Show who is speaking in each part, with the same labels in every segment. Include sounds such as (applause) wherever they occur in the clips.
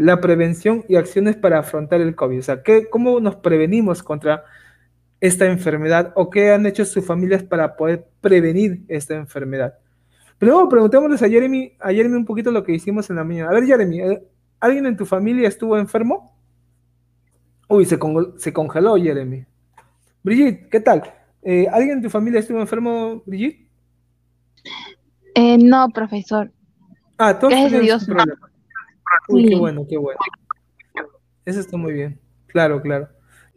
Speaker 1: la prevención y acciones para afrontar el COVID. O sea, ¿qué, ¿cómo nos prevenimos contra esta enfermedad o qué han hecho sus familias para poder prevenir esta enfermedad? Pero luego preguntémonos a Jeremy, a Jeremy un poquito lo que hicimos en la mañana. A ver, Jeremy, eh, ¿alguien en tu familia estuvo enfermo? Uy, se, con, se congeló, Jeremy. Brigitte, ¿qué tal? Eh, ¿Alguien en tu familia estuvo enfermo, Brigitte?
Speaker 2: Eh, no, profesor.
Speaker 1: Ah, todos Gracias Dios, un problema. No. Uy, qué bueno, qué bueno. Eso está muy bien. Claro, claro.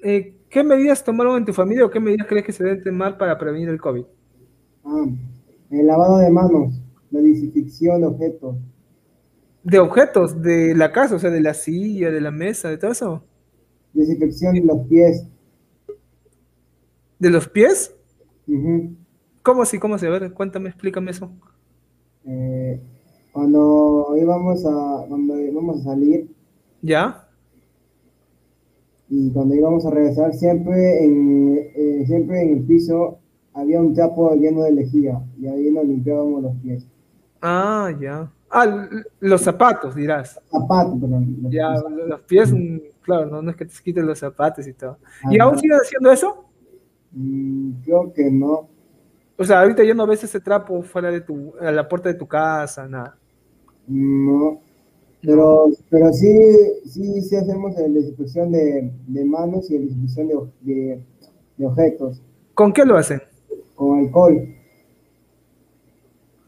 Speaker 1: Eh, ¿Qué medidas tomaron en tu familia o qué medidas crees que se deben tomar para prevenir el COVID?
Speaker 3: Ah, el lavado de manos, la desinfección de objetos.
Speaker 1: ¿De objetos? ¿De la casa? O sea, de la silla, de la mesa, de todo eso.
Speaker 3: Desinfección de los pies.
Speaker 1: ¿De los pies?
Speaker 3: Uh -huh.
Speaker 1: ¿Cómo así? ¿Cómo se? A ver, cuéntame, explícame eso.
Speaker 3: Eh, cuando íbamos a cuando íbamos a salir
Speaker 1: ya
Speaker 3: y cuando íbamos a regresar siempre en eh, siempre en el piso había un trapo lleno de lejía y ahí nos limpiábamos los pies
Speaker 1: ah ya ah los zapatos dirás
Speaker 3: zapatos perdón
Speaker 1: los ya pies. los pies mm. claro no, no, es que te quiten los zapatos y todo ah, y aún siguen haciendo eso
Speaker 3: mm, creo que no
Speaker 1: o sea, ahorita ya no ves ese trapo fuera de tu, a la puerta de tu casa, nada.
Speaker 3: No, pero, pero sí, sí, sí hacemos la desinfección de, de manos y la desinfección de, de, de, objetos.
Speaker 1: ¿Con qué lo hacen?
Speaker 3: Con alcohol.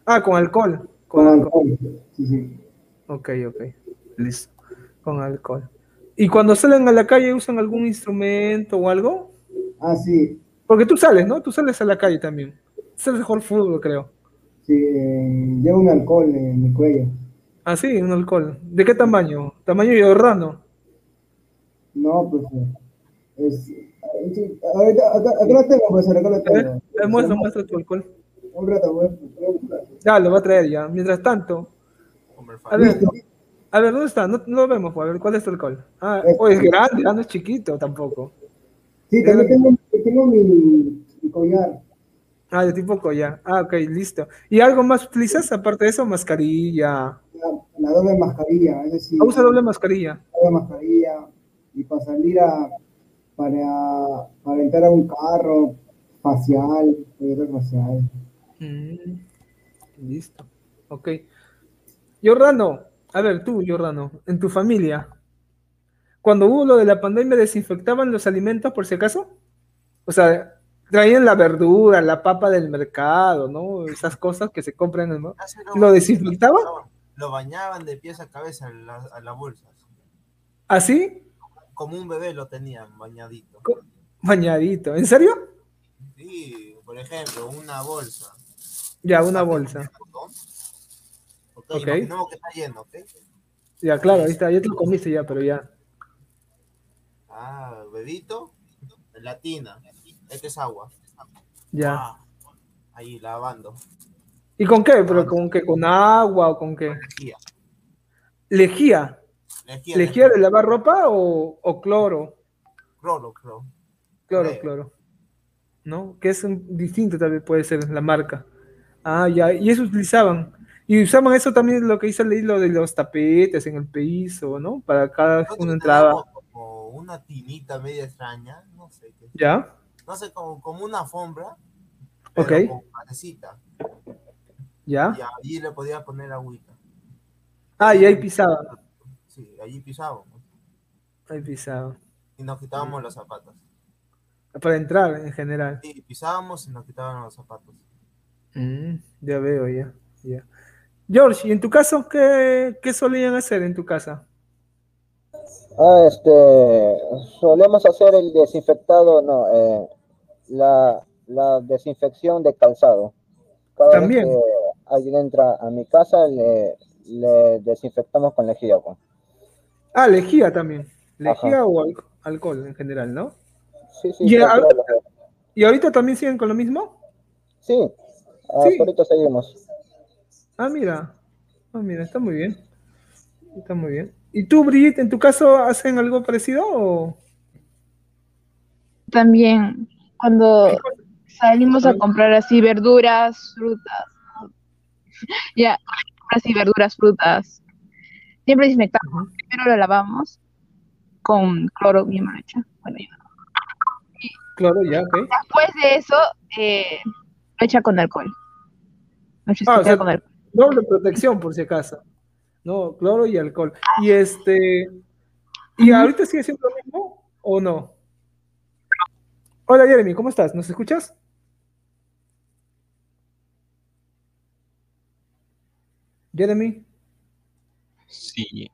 Speaker 1: Ah, con alcohol.
Speaker 3: Con, con alcohol. alcohol. sí, sí.
Speaker 1: Ok, ok, listo. Con alcohol. ¿Y cuando salen a la calle usan algún instrumento o algo?
Speaker 3: Ah, sí.
Speaker 1: Porque tú sales, ¿no? Tú sales a la calle también es el mejor fútbol, creo.
Speaker 3: Sí, eh, llevo un alcohol en mi cuello.
Speaker 1: Ah, sí, un alcohol. ¿De qué tamaño? ¿Tamaño yorrano?
Speaker 3: No, pues. Es, es, ahorita, acá, acá lo tengo, pues, acá lo tengo.
Speaker 1: Eh, muestra, muestra tu alcohol.
Speaker 3: Un rato, pues.
Speaker 1: Ya, lo va a traer ya. Mientras tanto. A ver, a ver, ¿dónde está? No, no lo vemos, pues. A ver, ¿cuál es tu alcohol? Ah, este. oh, es grande, ah, no es chiquito tampoco. Eh,
Speaker 3: Sí, también tengo, tengo mi, mi collar.
Speaker 1: Ah, de tipo collar. Ah, ok, listo. ¿Y algo más utilizas aparte de eso? Mascarilla.
Speaker 3: La, la doble mascarilla, es decir.
Speaker 1: Ah, usa doble mascarilla.
Speaker 3: Doble mascarilla. Y para salir a. Para, para entrar a un carro, facial, facial.
Speaker 1: Mm, listo. Ok. Jordano, a ver, tú, Jordano, en tu familia, cuando hubo lo de la pandemia, ¿desinfectaban los alimentos por si acaso? O sea, traían la verdura, la papa del mercado, ¿no? Esas cosas que se compran en el ¿Lo desinfectaban?
Speaker 4: Lo bañaban de pies a cabeza a las la bolsas.
Speaker 1: ¿Así?
Speaker 4: Como un bebé lo tenían bañadito.
Speaker 1: Bañadito, ¿en serio?
Speaker 4: Sí, por ejemplo, una bolsa.
Speaker 1: Ya, una bolsa.
Speaker 4: Ok, okay. que está lleno, ¿ok?
Speaker 1: Ya, claro, ahí está, ya te lo comiste ya, pero ya.
Speaker 4: Ah, bebito, latina. Este es agua.
Speaker 1: Ya. Ah,
Speaker 4: ahí lavando.
Speaker 1: ¿Y con qué? ¿Pero con qué? ¿Con agua o con qué?
Speaker 4: Lejía.
Speaker 1: ¿Lejía? Lejía, ¿Lejía de lavar ropa o, o cloro?
Speaker 4: Cloro, cloro.
Speaker 1: Cloro, Creo. cloro. ¿No? Que es un, distinto también puede ser la marca. Ah, ya. Y eso utilizaban. Y usaban eso también lo que hizo leí lo de los tapetes en el piso, ¿no? Para cada
Speaker 4: Ah,
Speaker 1: uno entraba.
Speaker 4: Como una tinita media extraña, no sé qué.
Speaker 1: ¿Ya?
Speaker 4: no sé, como, como, una alfombra,
Speaker 1: pero
Speaker 4: okay. con panecita.
Speaker 1: ¿Ya?
Speaker 4: Y ahí le podía poner agüita.
Speaker 1: Ah, y ahí pisaba.
Speaker 4: Sí, allí pisábamos.
Speaker 1: Ahí pisaba.
Speaker 4: Y nos quitábamos sí. los zapatos.
Speaker 1: Para entrar en general.
Speaker 4: Sí, pisábamos y nos quitábamos los zapatos.
Speaker 1: Mm, ya veo, ya, ya. George, ¿y en tu caso qué, qué solían hacer en tu casa?
Speaker 5: Ah, este, solemos hacer el desinfectado, no, eh, la, la, desinfección de calzado.
Speaker 1: Cada También. Vez
Speaker 5: que alguien entra a mi casa, le, le desinfectamos con lejía. Pues.
Speaker 1: Ah, lejía también. Lejía Ajá. o al alcohol en general, ¿no?
Speaker 5: Sí, sí. ¿Y,
Speaker 1: ahorita, ¿Y ahorita también siguen con lo mismo?
Speaker 5: Sí, ah, sí. ahorita seguimos.
Speaker 1: Ah, mira. Ah, mira, está muy bien. Está muy bien. ¿Y tú, Brigitte, en tu caso, hacen algo parecido? O?
Speaker 2: También, cuando salimos a comprar así verduras, frutas, ya, yeah, así verduras, frutas, siempre desinfectamos. primero lo lavamos con cloro bien marcha. Bueno, ya.
Speaker 1: Claro, ya, ok.
Speaker 2: Después de eso, eh, lo echa con alcohol. Lo echa
Speaker 1: Ah, o sea-
Speaker 2: con alcohol.
Speaker 1: Doble protección, por si acaso. No, cloro y alcohol. Y este. ¿Y
Speaker 2: Ujú.
Speaker 1: ahorita sigue siendo lo mismo o no? Hola, Jeremy, ¿cómo estás? ¿Nos escuchas? Jeremy.
Speaker 6: Sí,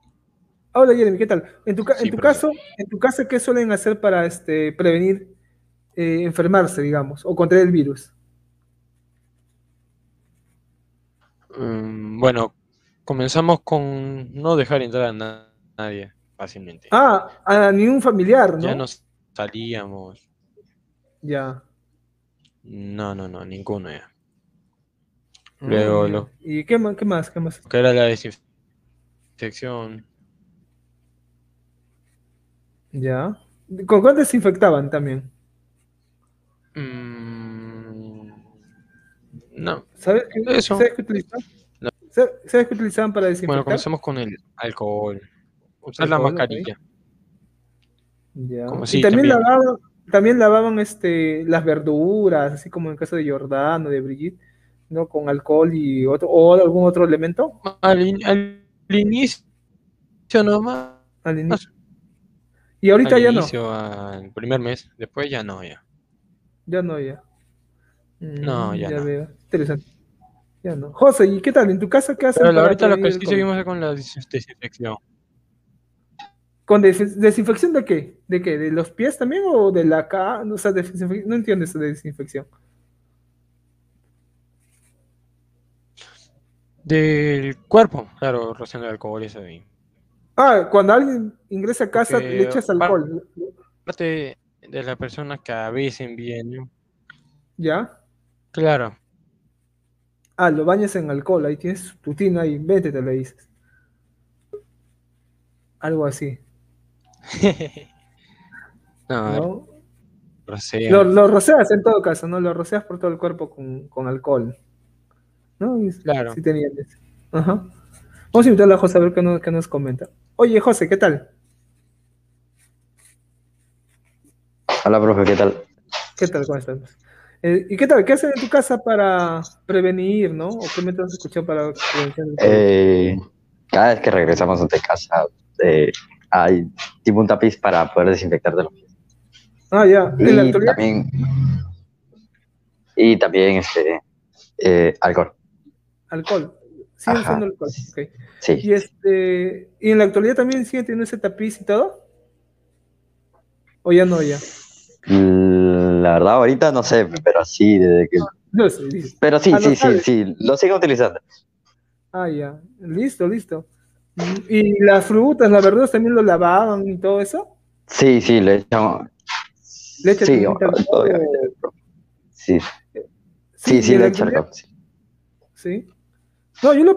Speaker 1: Hola, Jeremy, ¿qué tal? En tu, ca- en
Speaker 6: Sí,
Speaker 1: tu caso,
Speaker 6: profesor.
Speaker 1: en tu caso, ¿qué suelen hacer para este, prevenir eh, enfermarse, digamos, o contraer el virus?
Speaker 6: mm, bueno, comenzamos con no dejar entrar a na- nadie fácilmente.
Speaker 1: Ah, a ningún familiar, ¿no?
Speaker 6: Ya no salíamos.
Speaker 1: Ya.
Speaker 6: No, no, no, ninguno ya. Luego,
Speaker 1: Mm,
Speaker 6: lo
Speaker 1: ¿Y qué más? ¿Qué más? ¿Qué más?
Speaker 6: que era la desinfección,
Speaker 1: Ya. ¿Con cuál desinfectaban también?
Speaker 6: mm, no,
Speaker 1: ¿Sabes qué,
Speaker 6: Eso.
Speaker 1: ¿sabes qué utilizaban?
Speaker 6: No.
Speaker 1: ¿Sabes sabes qué utilizaban para
Speaker 6: bueno,
Speaker 1: desinfectar?
Speaker 6: comenzamos con el alcohol. Usar la
Speaker 1: Alcohol, ok.
Speaker 6: mascarilla.
Speaker 1: Ya.
Speaker 6: como
Speaker 1: Y
Speaker 6: sí,
Speaker 1: también,
Speaker 6: también.
Speaker 1: lavaban, también lavaban este, las verduras, así como en el caso de Jordán o de Brigitte, ¿no? Con alcohol y otro, o algún otro elemento
Speaker 6: Al, in- al inicio nomás.
Speaker 1: al inicio. Y ahorita
Speaker 6: Ah, al
Speaker 1: ya no,
Speaker 6: inicio, al primer mes, después ya no, ya.
Speaker 1: ya no, ya.
Speaker 6: No,
Speaker 1: Mm,
Speaker 6: ya no.
Speaker 1: veo. Interesante. Ya no. José, ¿y qué tal? ¿En tu casa qué hacen
Speaker 6: Pero la-
Speaker 1: para
Speaker 6: ahorita lo que
Speaker 1: prevenir el
Speaker 6: sí
Speaker 1: COVID?
Speaker 6: seguimos es con la des- desinfección.
Speaker 1: ¿Con des- desinfección de qué? ¿De qué? ¿De los pies también o de la cara? O sea, desinfe- no entiendo eso de desinfección.
Speaker 6: Del cuerpo, claro, rociando el alcohol y eso. y
Speaker 1: Ah, cuando alguien ingresa a casa
Speaker 6: Porque
Speaker 1: le echas
Speaker 6: va-
Speaker 1: alcohol,
Speaker 6: Parte de las personas que a veces vienen,
Speaker 1: ¿ya?
Speaker 6: claro, (laughs)
Speaker 1: Ah, lo bañas en alcohol, ahí tienes tu tina ahí, vete, te le dices. Algo así,
Speaker 6: no,
Speaker 1: ¿no?
Speaker 6: rocea.
Speaker 1: Lo, lo roceas en todo caso, ¿no? Lo roceas por todo el cuerpo con, con alcohol. ¿No? Y-
Speaker 6: Claro.
Speaker 1: Sí tenían eso. Ajá. Vamos a invitarle a José a ver qué nos, qué nos comenta. Oye, José, ¿qué tal?
Speaker 7: Hola, profe, ¿qué tal?
Speaker 1: ¿Qué tal? ¿Cómo estás? Eh, ¿Y qué tal? ¿Qué hacen en tu casa para prevenir, no? ¿O qué métodos has escuchado para prevención del COVID?
Speaker 7: Eh, cada vez que regresamos de casa, eh, hay tipo un tapiz para poder desinfectar de los pies.
Speaker 1: Ah, ya. ¿En la
Speaker 7: Y
Speaker 1: actualidad?
Speaker 7: también, y también este, eh, alcohol.
Speaker 1: Alcohol. Siguen
Speaker 7: Ajá.
Speaker 1: usando alcohol. ok.
Speaker 7: Sí,
Speaker 1: ¿Y, este, ¿Y en la actualidad también siguen teniendo ese tapiz y todo? ¿O ya no, ya?
Speaker 7: la verdad ahorita no sé, pero sí, desde que-
Speaker 1: No sé, dice.
Speaker 7: pero sí,
Speaker 1: Ah, no
Speaker 7: sí, sí,
Speaker 1: sabes.
Speaker 7: sí, lo sigo utilizando.
Speaker 1: Ah, ya. Listo, listo. Mm, ¿Y las frutas, las verduras también lo lavaban y todo eso?
Speaker 7: Sí, sí, le echamos.
Speaker 1: ¿Le echas
Speaker 7: Sí,
Speaker 1: un
Speaker 7: o-
Speaker 1: intervalo?
Speaker 7: obviamente, profe. Sí, sí,
Speaker 1: ¿y
Speaker 7: sí,
Speaker 1: en
Speaker 7: le
Speaker 1: la
Speaker 7: echo
Speaker 1: actualidad?
Speaker 7: alcohol, sí.
Speaker 1: Sí. No, yo lo